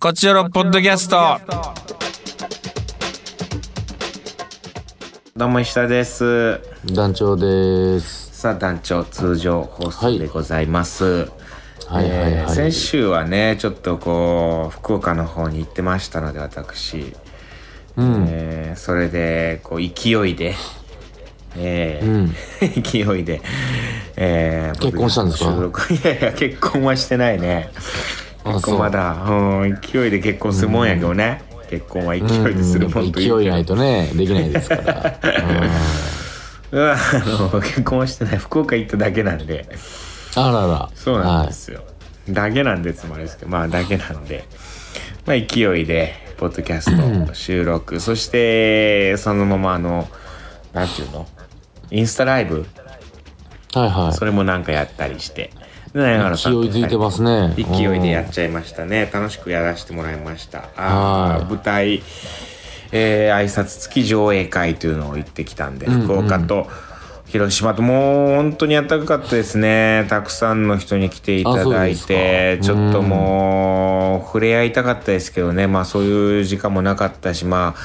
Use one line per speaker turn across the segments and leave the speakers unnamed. こちらのポッドキャスト。
どうも石田です。
団長です。
さあ団長通常放送でございます。
はいはいはい
えー先週はねちょっとこう福岡の方に行ってましたので私、えーそれでこう勢いで、えー 勢いで、えー
結婚したんですか
収録いやいや結婚はしてないね
あ
結婚まだうん勢いで結婚するもんやけどね、結婚は勢いでするもんと
勢
いうけ
い
ど
ないとね、できないで すから。うん
うんあの結婚はしてない福岡行っただけなんで
あらら。
そうなんですよ、だけなんでつもりですけどまあだけなんでまあ勢いでポッドキャスト収録そしてそのままあのなんていうのインスタライブ
はい。はいはい。
それもなんかやったりしてで永原
勢
さん
い
と二人
づいてますね。
勢いでやっちゃいましたね楽しくやらせてもらいましたあ
は
ー
い
舞台、えー挨拶付き上映会というのを行ってきたんで、福岡と広島ともう本当にあったかかったですねたくさんの人に来ていただい
あそうで
てちょっともう触れ合いたかったですけどねまあそういう時間もなかったしまあ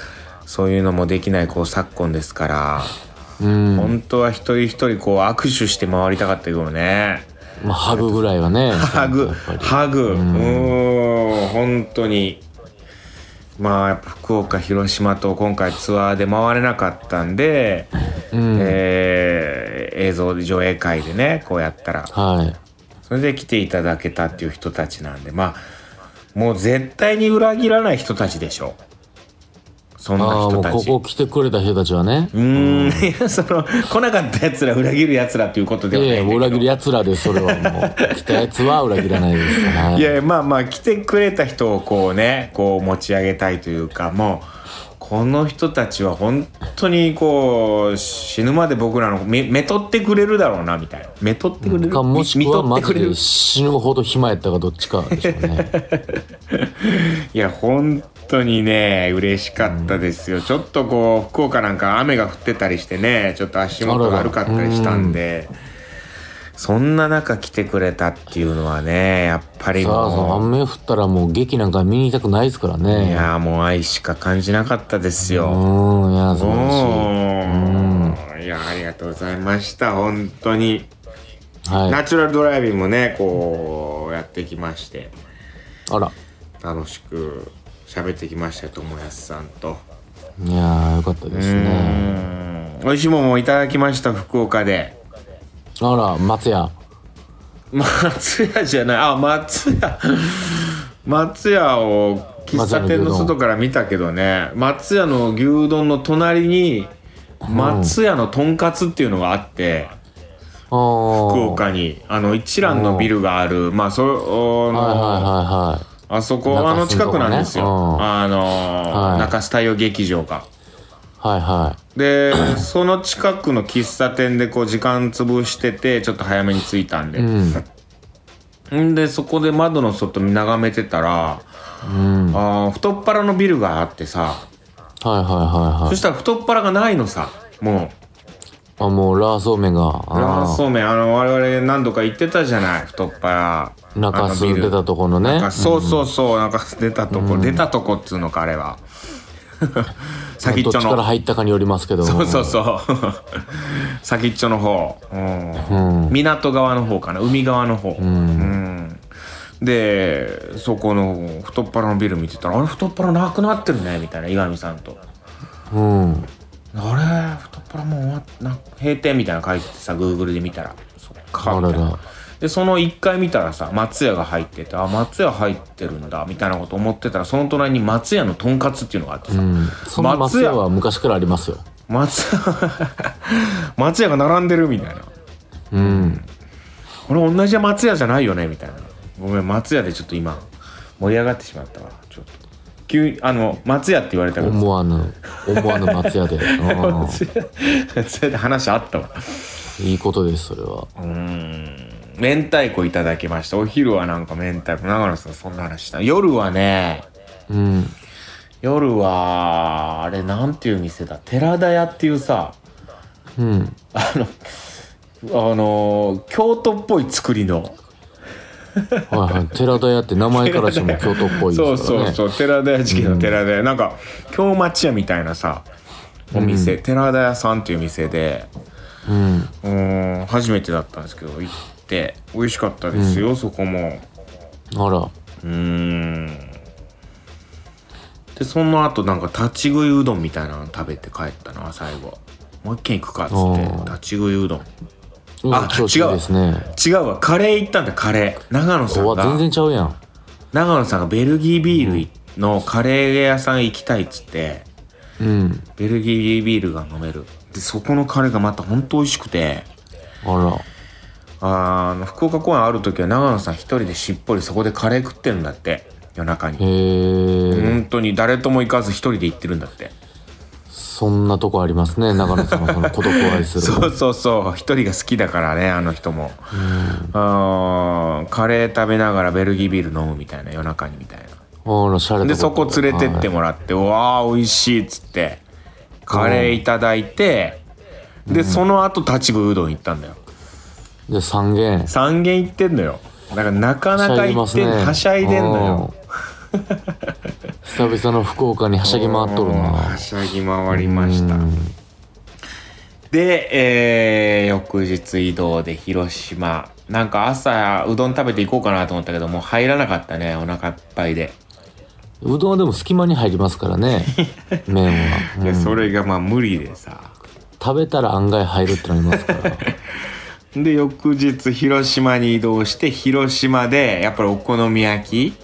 そういうのもできないこう昨今ですから、
うん。
本当は一人一人こう握手して回りたかったけどね。
まあ、ハグぐらいはね。
ハグ、ハグ、うーん、本当に。まあ、やっぱ福岡、広島と今回ツアーで回れなかったんで、えー映像上映会でね、こうやったら、
はい。
それで来ていただけたっていう人たちなんで、まあ、もう絶対に裏切らない人たちでしょ。そんな
ああ、も
人
う
た
こ
ち。
こ来てくれた人たちはね
う。ーん、いや、その、来なかった奴ら、裏切る奴らっていうことではないんだ
ええ、
けど。
裏切る奴らです、それはもう。来た奴は裏切らないですから。
いやいやまあまあ来てくれた人をこうねこう持ち上げたいというかもうこの人たちは本当にこう死ぬまで僕らのめめとってくれるだろうなみたいなめとってくれる
かもし
み
くは
みとっ
マ
てく
ジ
れる
で死ぬほど暇やったかどっちかでしょうね。
いや本当にね嬉しかったですよ、ちょっとこう福岡なんか雨が降ってたりしてねちょっと足元が悪かったりしたんで。そんな中来てくれたっていうのはねやっぱり
さあ、その
もう
雨降ったらもう劇なんか見に行きたくないですからね。
いやもう愛しか感じなかったですよ、
うん、いや、素晴らし
おーいやありがとうございました本当に、
い。はい。
ナチュラルドライビングもねこうやってきまして
あら。
楽しく喋ってきましたよ友安さんと
いやー、よかったですね。
うん美味しいもんもいただきました福岡で
あら、松屋。
松屋じゃないあ松屋松屋を喫茶店の外から見たけどね松屋の牛丼の隣に松屋のとんかつっていうのがあって、
あー
福岡にあの一蘭のビルがあるまあそおの、
はいはいはいはい。
あそこあの
中洲
近
のと
く
こね
なんですよ、
うん
あの、
はい
中洲太陽劇場が
はいは
でその近くの喫茶店でこう時間潰しててちょっと早めに着いたんで、んでそこで窓の外眺めてたら、あー太っ腹のビルがあってさ
い。はいはいはいは
そ
い。
したら太っ腹がないのさもう
あ、もう、ラーソーメンが、あ
ラー
ー
そうめんあの我々何度か行ってたじゃない太っ腹
中
あの
洲
ビル
出たとこのね
なんか。そうそうそう、なんか出たとこ、出たとこっつうのかあれは 先っち
どっ
ょ
ちから
の
入ったかによりますけど
そ
も。
うそうそう先っちょの方、うん港側の方かな海側の方、うんでそこの太っ腹のビル見てたら「あれ太っ腹なくなってるね」みたいな井上さんと
うん。
「あれ太っ腹もう終わっな閉店」みたいなの書いててさグーグルで見たら「そっか」
あ
み
ら
たいな
ら。
でその1回見たらさ松屋が入っててあ松屋入ってるんだみたいなこと思ってたらその隣に松屋のとんかつっていうのがあってさ、
うん。その松屋は昔からありますよ。
松屋 松屋が並んでるみたいな
うん。
これ同じ松屋じゃないよねみたいなごめん松屋でちょっと今盛り上がってしまったわちょっと急にあの松屋って言われたから
思わぬ、思わぬ松屋 で。うん
松屋松屋で話あったわ
いいことです、それは。
うーん明太子いただきましたお昼はなんか明太子長野さんそんな話した夜はね
うん。
夜はあれなんていう店だ寺田屋っていうさ
うん。
あのあの京都っぽい作りの
はいはい。寺田屋って名前からしても京都っぽい
そう
ですか
そ
ら
う
ね。
そう寺田屋時期の寺田屋、なんか京町屋みたいなさお店、寺田屋さんっていう店で
うん。
うーん初めてだったんですけど行って美味しかったですよ、そこも
あら。
うーんでその後なんか立ち食いうどんみたいなの食べて帰ったな最後もう一軒行くかっつ
お
っ
ー
て立ち食いうどん
うん
あ
調子いいですね。
違うわカレー行ったんだカレー長野さ
お
ん
わ、全
が
然ちゃうやん。
長野さんがベルギービールのカレー屋さん行きたいっつって
うん。
ベルギービールが飲めるでそこのカレーがまたほんと美味しくて
あ
あの福岡公園ある時は長野さん一人でしっぽりそこでカレー食ってるんだって夜中に
ら。へえ。
本当に誰とも行かず一人で行ってるんだって
そんなとこありますね。長野さんのその孤独を愛する。
そうそうそう一人が好きだからねあの人もあーカレー食べながらベルギービール飲むみたいな夜中にみたいな
あら、シャレ
で
た
そこ連れてってもらって「うわー美味しい」っつってカレーいただいてでその後立ち食いうどん行ったんだよ
はいで、三軒。
3軒行ってんのよだからなかなか行ってんはしゃいでんのよ
うん。久々の福岡にはしゃぎ回っとる
うん
な
は。しゃぎ回りましたで、えー翌日移動で広島なんか朝うどん食べていこうかなと思ったけどもう入らなかったねお腹いっぱいで、
うどんはでも隙間に入りますか らね。麺は。うん
でそれがまあ無理でさ
食べたら案外入るってなりますから。
で翌日広島に移動して広島でやっぱりお好み焼き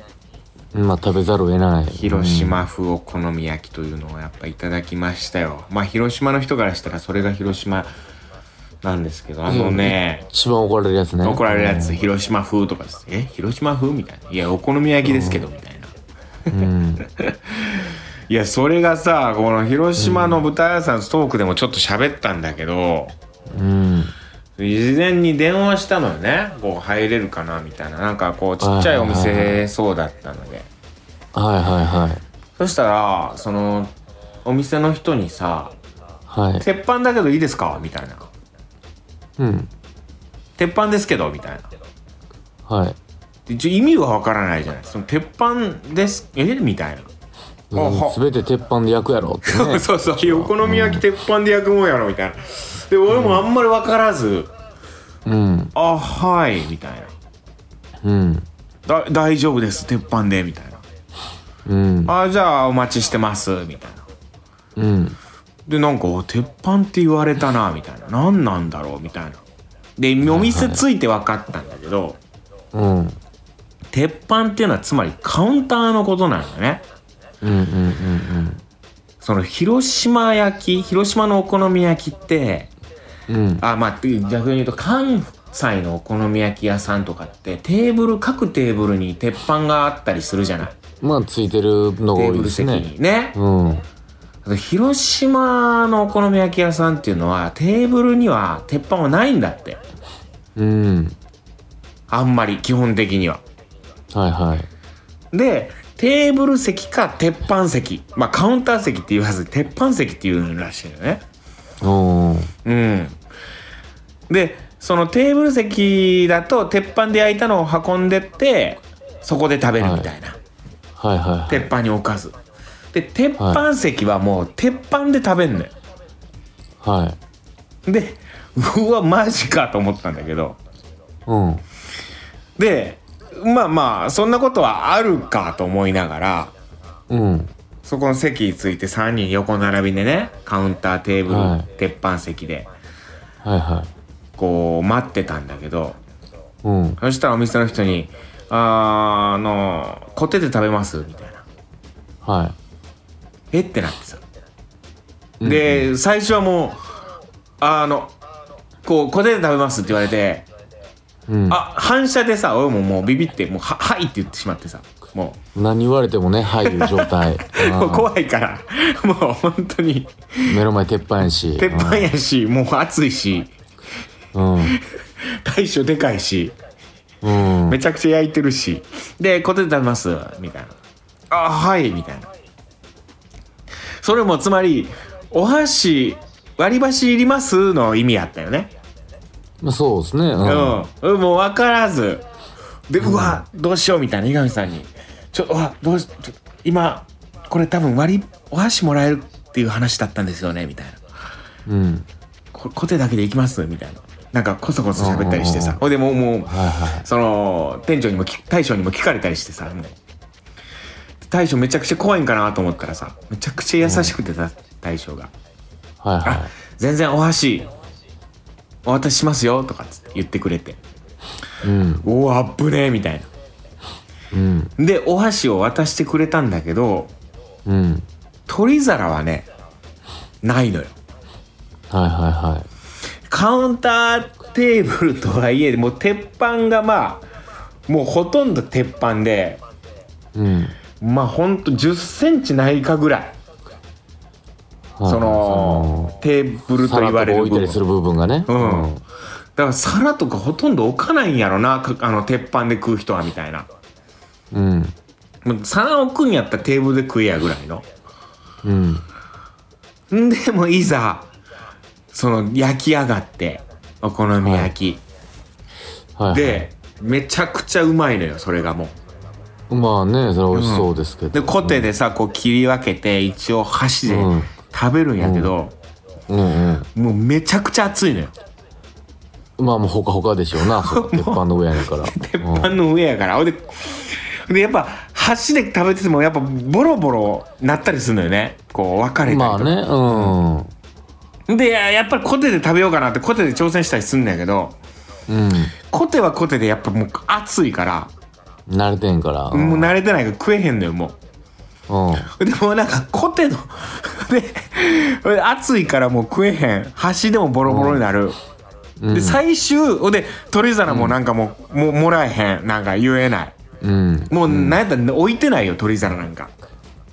まあ食べざるを得ない。
広島風お好み焼きというのをやっぱいただきましたよまあ広島の人からしたらそれが広島なんですけどあのね、
一番怒られるやつね。
怒られるやつ広島風とかですえ広島風みたいないやお好み焼きですけどみたいな
うん。
いやそれがさこの広島の豚屋さんトークでもちょっと喋ったんだけど
うん。
事前に電話したのよねこう入れるかなみたいななんかこうちっちゃいお
はいはい
店そうだったので
はいはいはい。
そしたらそのお店の人にさ
は
「
い。
鉄板だけどいいですか?」みたいな
うん。
「鉄板ですけど」みたいな
はい。
でちょ意味がわからないじゃないその鉄板ですえみたいなあは。
すべて鉄板で焼くやろって ね
そうそうお好み焼き鉄板で焼くもんやろみたいなで俺もあんまり分からず「
うん。
あはい」みたいな
うん。
「だ大丈夫です鉄板で」みたいな
う
「
ん。
あじゃあお待ちしてます」みたいな
うん。
でなんかお「鉄板って言われたな」みたいな「何なんだろう」みたいなでお店ついて分かったんだけど、
うん。うん。
鉄板っていうのはつまりカウンターのことなんだね
うん。うん。
その広島焼き広島のお好み焼きって
うん。うん。
あまあ逆に言うと関西のお好み焼き屋さんとかってテーブル各テーブルに鉄板があったりするじゃない
まあ、ついてるの
テ
が
ー
多い
ブ
で
ル
す
席
ね。
にね
うん。
あと広島のお好み焼き屋さんっていうのはテーブルには鉄板はないんだって
うん。
あんまり基本的には
はいはい。
でテーブル席か鉄板席まあカウンター席って言わず鉄板席っていうらしいのね
おー
うん。で、そのテーブル席だと鉄板で焼いたのを運んでって、そこで食べるみたいな。
はいはいはい。
鉄板に置かず。で、鉄板席はもう鉄板で食べんのよ。
はい。
で、うわ、マジかと思ったんだけど。
うん。
で、まあまあ、そんなことはあるかと思いながら、
うん。
そこの席について3人横並びでね、カウンター、テーブル、
はい
鉄板席で、
はいはい。
こう待ってたんだけど、
うん。
そしたらお店の人に「あーあのコテで食べます」みたいな
は
「えっ?」てなってさ、で最初はもう「あのこうコテで食べます」って言われて
い。うん。
あ反射でさ俺ももうビビって「もうははい」って言ってしまってさもう。
何言われてもね、入る状 態。
もう
うん
怖いからもう本当に
目の前鉄板やし。
鉄板やしもう熱いし
うん。
大将でかいし
うん。
めちゃくちゃ焼いてるしで「コテで食べます」みたいな「あはい」みたいなそれもつまり「お箸割り箸いります?」の意味あったよね
まあそうですね。う。
うんん、もう分からずで、うわ、どうしようみたいな、井上さんに。ちょっと、うわ、どうし、ちょ今、これ多分割り、お箸もらえるっていう話だったんですよね、みたいな。
うん。
こコテだけで行きますみたいな。なんか、こそこそ喋ったりしてさ。ほいでもう、もう、
はいはい。
その、店長にもき、大将にも聞かれたりしてさ、もう大将めちゃくちゃ怖いんかなと思ったらさ、めちゃくちゃ優しくてさ、大将が。
はいはい
あ。全然お箸お渡ししますよとかつって言ってくれて
うん。
おおあっぶねーみたい
うん。
なでお箸を渡してくれたんだけど
うん。
取り皿はねないのよ
はいはいはい。
カウンターテーブルとはいえもう鉄板がまあもうほとんど鉄板で
うん。はい
まあほんと1 0センチないかぐらい
はい
そのテーブルと言われる
置
部
いたり
分
する部分がね。
うんだから皿とかほとんど置かないんやろなかあの鉄板で食う人はみたいな
うん。うん。
もう皿置くんやったらテーブルで食えやぐらいの。
うん。
んでもいざ、その焼き上がって、お好み焼き。
はいはい。
で、めちゃくちゃうまいのよ、それがも
まあね、それは美味しそうですけ
う。で、
ど。
コテでさ、こう切り分けて、一応箸で
うん
食べるんやけど、
うんうん。
もうめちゃくちゃ熱いのよ。
まあもうほかほかでしょう な、そう鉄板の上やねんから。
鉄板の上やから。ほんで、でやっぱ箸で食べてても、やっぱボロボロなったりするのよね。こう分かれたりとか
まあね、う
で、やっぱりコテで食べようかなって、コテで挑戦したりするんだけど、
ん。
コテはコテでやっぱもう暑いから、
うん。慣れてんから。
もう慣れてないから食えへんのよ、も
うん。
う。でもうなんかコテの、 で、暑いからもう食えへん。箸でもボロボロになる。
うん
で、最終、ほんで、取り皿もなんかもう、もうもらえへん。なんか言えない。
うん。
もう、なんやったら置いてないよ、取り皿なんか。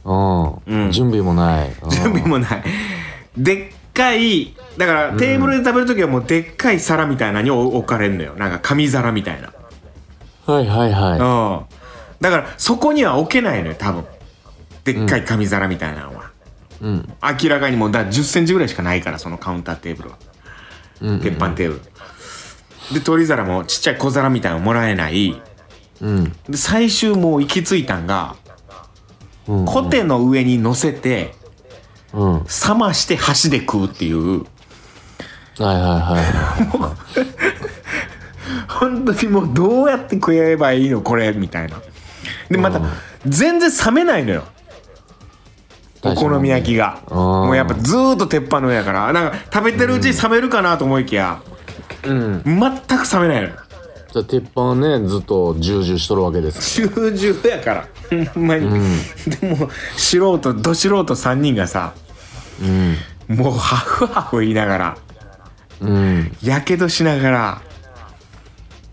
うん。
うん
準備もない。うん
準備もない。 でっかい、だからテーブルで食べるときはもうでっかい皿みたいなのに置かれんのよ。なんか紙皿みたいな。
はいはいは
う
い。
ん。だから、そこには置けないのよ、多分。でっかい紙皿みたいなのは。
うん。
明らかにもう、だから10センチぐらいしかないから、そのカウンターテーブルは。
うん
鉄板テーブル。で、取り皿もちっちゃい小皿みたいなのもらえない。
うん。
で、最終もう行き着いたんが、
うん。
コテの上に乗せて、
うん。はい
冷まして箸で食うっていう、
はいは
本当にもうどうやって食えばいいの、これ、みたいな。で、また、全然冷めないのよ。
い。
お好み焼きが
うん
もうやっぱずーっと鉄板の上やからなんか食べてるうちに冷めるかなと思いきや
き。うん。
全く冷めないの
じゃあ鉄板ね、ずっとジュージューしとるわけです。
中々やからほんまに、でも素人ど素人3人がさ
うん。
もうハフハフ言いながら
うん。
やけどしながら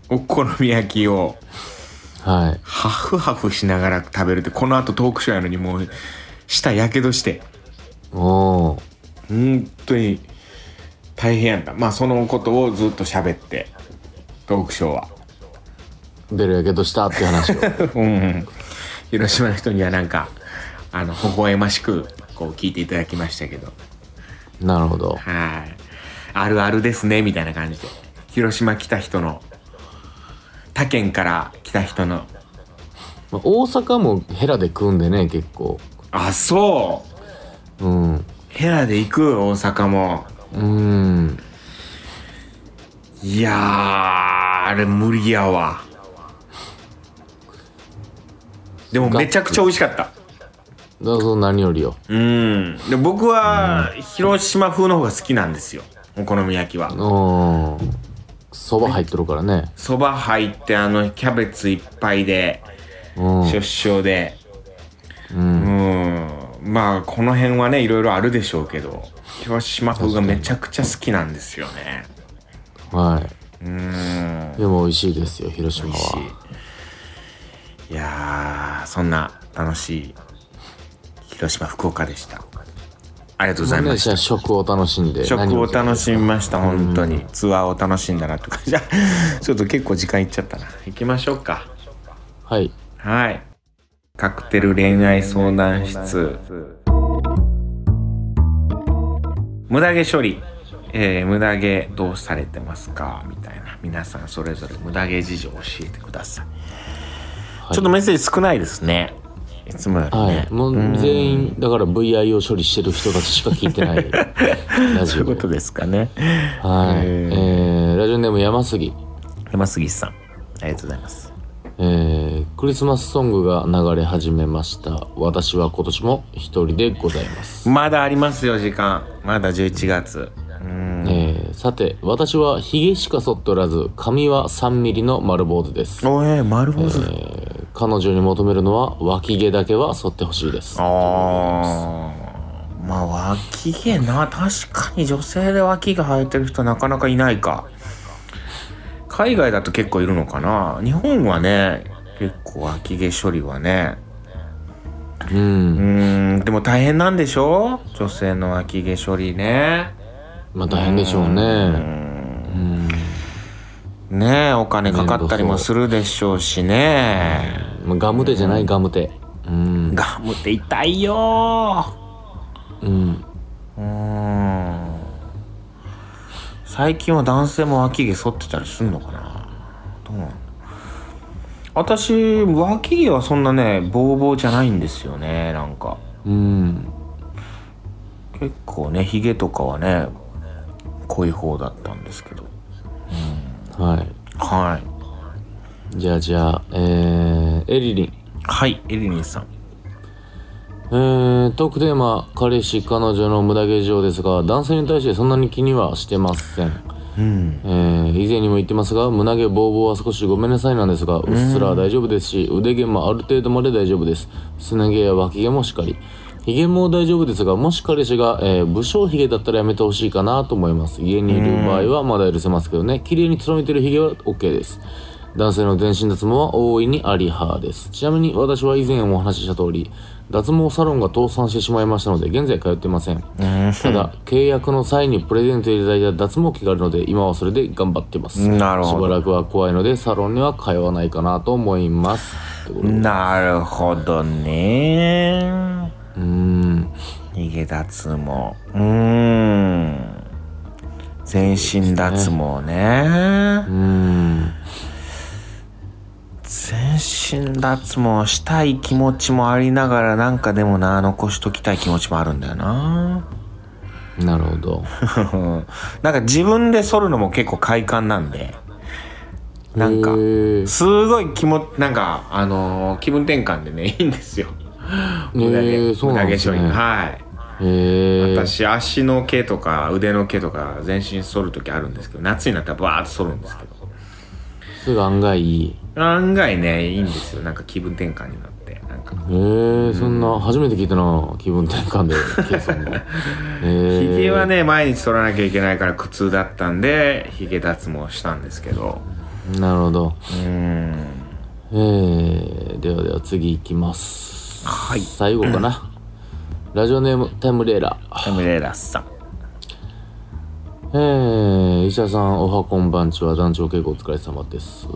お好み焼きを
はい。
ハフハフしながら食べるってこのあとトークショーやのにもう舌やけどして
おー。
本当に大変やったまあそのことをずっと喋ってトークショーは。
出るやけどしたっていう 話を。
うんうん、広島の人にはなんかあの微笑ましくこう聞いていただきましたけど
なるほど。
はいあるあるですねみたいな感じで広島来た人の他県から来た人の
まあ大阪もヘラで食うんでね、結構。
あそう
うん。
ヘラで行く大阪も
うん。
いやーあれ無理やわでもめちゃくちゃ美味しかった
だぞ何よりよ。
うんで僕は広島風の方が好きなんですよお好み焼きは
うん。そば入っとるからね。
そば入ってあのキャベツいっぱいで、
うん。
しょっしょで
うん
う。んまあこの辺はねいろいろあるでしょうけど広島風がめちゃくちゃ好きなんですよね
は
うん
い。でも美味しいですよ、広島
美味し
は。
いいやーそんな楽しい広島福岡でしたありがとうございま
ね、
し
じゃあ食を楽しんで。
た食を楽しみ
む。
ました本当にツアーを楽しんだなとか じゃあちょっと結構時間いっちゃったな行きましょうか
はい。
はい。カクテル恋愛相談室。無駄毛処理。えー、無駄毛どうされてますかみたいな皆さんそれぞれ無駄毛事情教えてください、
い
ちょっとメッセージ少ないですねいつもよりね、
はい。もう全員、だから VI を処理してる人たちしか聞いてな いラ
そう
ジ
いう
オ。
ことですかね
はい。
え
えー、ラジオネーム山杉。
山杉さんありがとうございます
えー、クリスマスソングが流れ始めました。私は今年も一人でございます。
まだありますよ時間まだ11月うん
えー、さて、私は髭しか剃っておらず、髪は3ミリの丸坊主です。
おえー、丸坊主、
彼女に求めるのは脇毛だけは剃ってほしいです。
ああまあ脇毛な確かに女性で脇が生えてる人なかなかいないか海外だと結構いるのかな日本はね結構脇毛処理はねう
う。
んーんでも大変なんでしょ女性の脇毛処理ね
まあ大変でしょうね。うん。
ねえお金かかったりもするでしょうしね
まあ、ガム手じゃないガム手。うん。
ガムって痛いよ
うん。
うーん最近は男性も脇毛剃ってたりすんのかなどうなんだ私脇毛はそんなねボーボーじゃないんですよねなんか
うん。
結構ねヒゲとかはね濃い方だったんですけど
は
はい
い。じゃあじゃあ、えー、エリリン。
はいエリニーさん
えー、トークテーマ、彼氏、彼女の無駄毛事情ですが、男性に対してそんなに気にはしてません。
うん
えー、以前にも言ってますが、胸毛ボーボーは少しごめんなさいなんですが、うっすら大丈夫ですし、腕毛もある程度まで大丈夫です。すね毛や脇毛もしっかり。髭も大丈夫ですが、もし彼氏が、えー、武将髭だったらやめてほしいかなと思います。家にいる場合はまだ許せますけどね、綺麗に勤めてる髭は OK です。男性の全身脱毛は大いにあり派です。ちなみに私は以前お話しした通り、脱毛サロンが倒産してしまいましたので、現在通っていません。ただ、契約の際にプレゼントいただいた脱毛器があるので、今はそれで頑張ってます。
なるほど
しばらくは怖いので、サロンには通わないかなと思います。ってこと
なるほどね
うーん。
逃げ脱毛うーん全身脱毛ね
うーん。
全身脱毛したい気持ちもありながらなんかでもな残しときたい気持ちもあるんだよな
なるほど。
なんか自分で剃るのも結構快感なんで なんか
へー
すごい気持ちなんかあのー気分転換でねいいんですよ無駄毛
えー、そう
無
な
駄
ん
毛
です
処
ね。
理はい
えー、
私足の毛とか腕の毛とか全身剃る時あるんですけど夏になったらバーッと剃るんですけど
すぐ案外いい。
案外ねいいんですよなんか気分転換になってなんか
えー、そんな、初めて聞いたな、気分転換で、ケイ さんの。え
ひ
ー、
げはね毎日剃らなきゃいけないから苦痛だったんでひげ脱毛したんですけど
なるほど。
うーん
えー、ではでは次行きます。
はい
最後かな。ラジオネーム、タイムレーラー。
タムレーラーさん
えー、医者さん、おはこんばんちは、団長稽古お疲れ様です。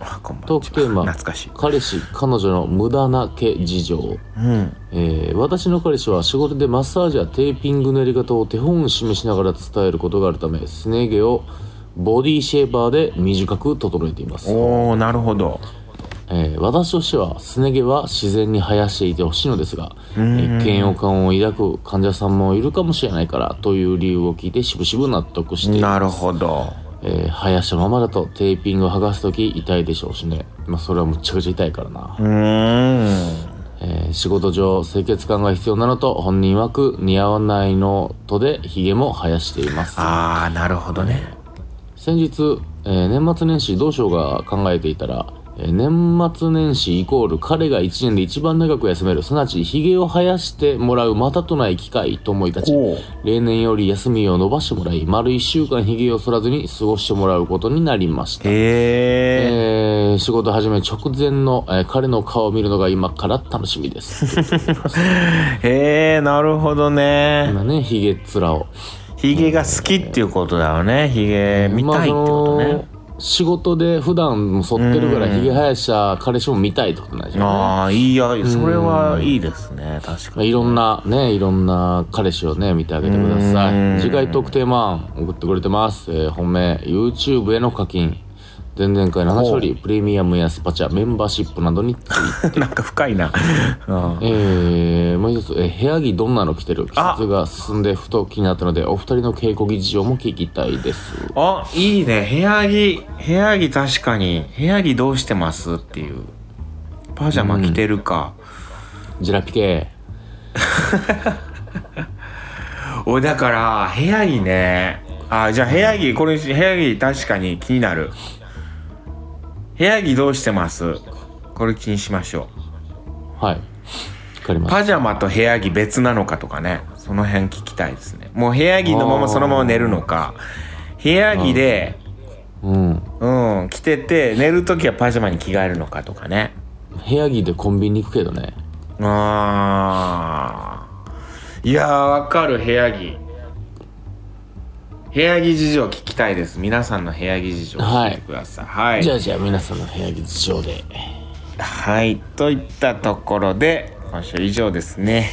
あこんばんは
トークテーマ、
懐かしい
彼氏、彼女の無駄な毛事情。
うん
えー私の彼氏は仕事でマッサージやテーピングのやり方を手本示しながら伝えることがあるためすね毛をボディシェーバーで短く整えています、
おおなるほど
えー私としてはすね毛は自然に生やしていてほしいのですが、えー嫌悪感を抱く患者さんもいるかもしれないからという理由を聞いてしぶしぶ納得していま
な
す
るほど
えー生やしたままだとテーピングを剥がす時痛いでしょうしね、まあ、それはむっちゃくちゃ痛いからな
うーん
えー仕事上清潔感が必要なのと本人曰く似合わないのとでヒゲも生やしています
ああなるほどね
先日、えー年末年始どうしようが考えていたら、えー年末年始イコール彼が1年で一番長く休めるすなわちヒゲを生やしてもらうまたとない機会と思い立ち
おう
例年より休みを延ばしてもらい丸1週間ヒゲを剃らずに過ごしてもらうことになりました
へえ
えー仕事始め直前の、えー彼の顔を見るのが今から楽しみです
へえなるほどね
今 ねヒゲ面を
ヒゲが好きっていうことだよねヒゲ見たいってことね
まあ仕事で普段も剃ってるからひげ生やした彼氏も見たいってことないじゃん
ああいいやそれはいいですね確
ま
か
あ、
に
いろんなねいろんな彼氏をね見てあげてください次回特定マン送ってくれてます、えー本命 YouTube への課金前々回の話よりプレミアムやスパチャメンバーシップなどについて
なんか深いな、うん、
えー、もう一つ、えー部屋着どんなの着てる季節が進んでふと気になったのでお二人の稽古着事情も聞きたいです
あいいね部屋着部屋着確かに部屋着どうしてますっていうパジャマ着てるか、
ジラピケ
おいだから部屋着ねあじゃあ部屋着これ部屋着確かに気になる部屋着どうしてますこれ気にしましょ
はいわかり
う
ました
パジャマと部屋着別なのかとかねその辺聞きたいですねもう部屋着のままそのまま寝るのか部屋着で
うん
うん着てて寝る時はパジャマに着替えるのかとかね
部屋着でコンビニ行くけどね
あーいやーわかる部屋着部屋着事情聞きたいです皆さんの部屋着事情聞いてくださいはい、
じゃ
はい
あじゃあ皆さんの部屋着事情で
といったところで今週以上ですね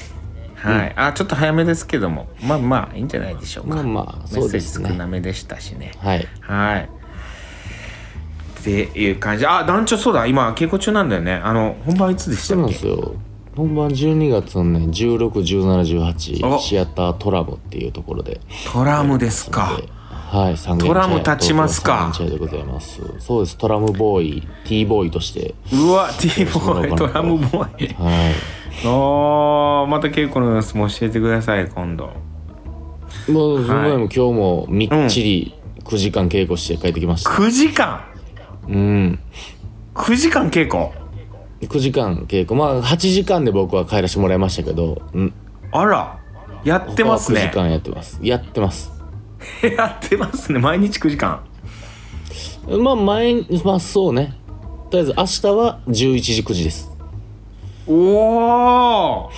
はい、あちょっと早めですけどもまあまあいいんじゃないでしょうか
まあまあ
メ
そ
ッ
う
セ
で
ージ
す
少
ね
なめでしたしね
はい
はいっていう感じあ団長そうだ今稽古中なんだよねあの本番いつでし
そう
た
な
っけ
んですよ本番12月のね161718
お
シアタートラボっていうところで
トラムですか
はい三軒茶
ト
屋
ラム立ちますか
東京三軒茶屋でございますそうですトラムボーイ T ボーイとして
うわ T ボーイトラムボーイ
は
おーまた稽古の様子も教えてください今度
いもうその前も今日もみっちり9時間稽古して帰ってきました
9時間
うん
9時間稽古
9時間稽古まあ8時間で僕は帰らせてもらいましたけどうん
あらやってます
9
ね
時間やってますやってます
やってますね毎日9時間
まあ前にまあそうねとりあえず明日は11時9時です
おお、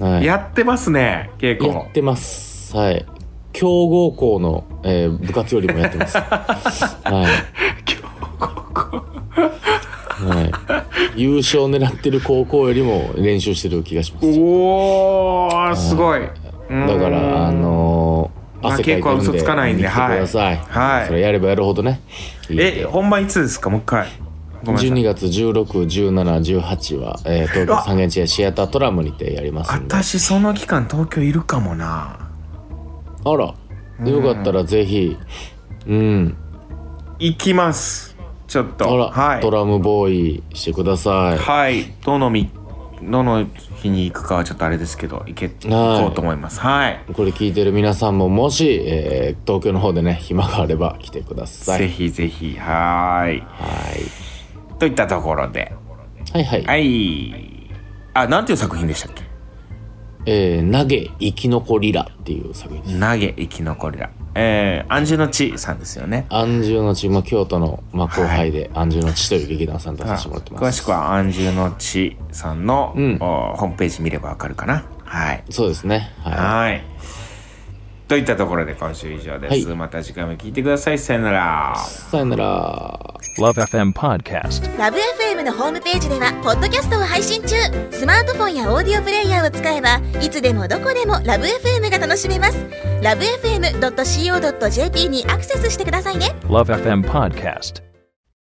はい
やってますね稽
や
古
ってますはい強豪校の、えー部活よりもやってま すはい強豪校はい優勝狙ってる高校よりも練習してる気がします
おおすごい
だからあのー、
まあ
汗かいてるん
結構
で
嘘つかないんで
見てください、
はいはい
それやればやるほどねいいんで
え本番いつですかもう一回ごめんなさい
12月161718は、えー東京三軒茶屋シアタートラムにてやりますんで
私その期間東京いるかもな
あらよかったらぜひうん
行きますちょっと
あら、
はい
ドラムボーイしてください
はい、どのみ、どの日に行くかはちょっとあれですけど、行け、行こうと思います。はい。
これ聞いてる皆さんももし、えー東京の方でね暇があれば来てくださ
ぜ
い
ひぜひ、はーい。
は
といったところで、
いはいは
はいい。あ、なんていう作品でしたっけ
えー投げ生き残りら」っていう作品です
投げ生き残りだ。えー、安住の地さんですよね。
安住の地、まあ、京都の、まあ、後輩で安住の地という劇団さんと出させてもらってます
詳しくは安住の地さんの、
うん
おホームページ見ればわかるかな。はい。
そうですねは
はい。といったところで今週以上です。
はい
また次回も聞いてください。さよなら。
いさよなら
Love FM Podcast.
ラブ f m のホームページではポッドキャストを配信中スマートフォンやオーディオプレイヤーを使えばいつでもどこでもラブ f m が楽しめますラブ FM.co.jp にアクセスしてくださいね
Love FM Podcast.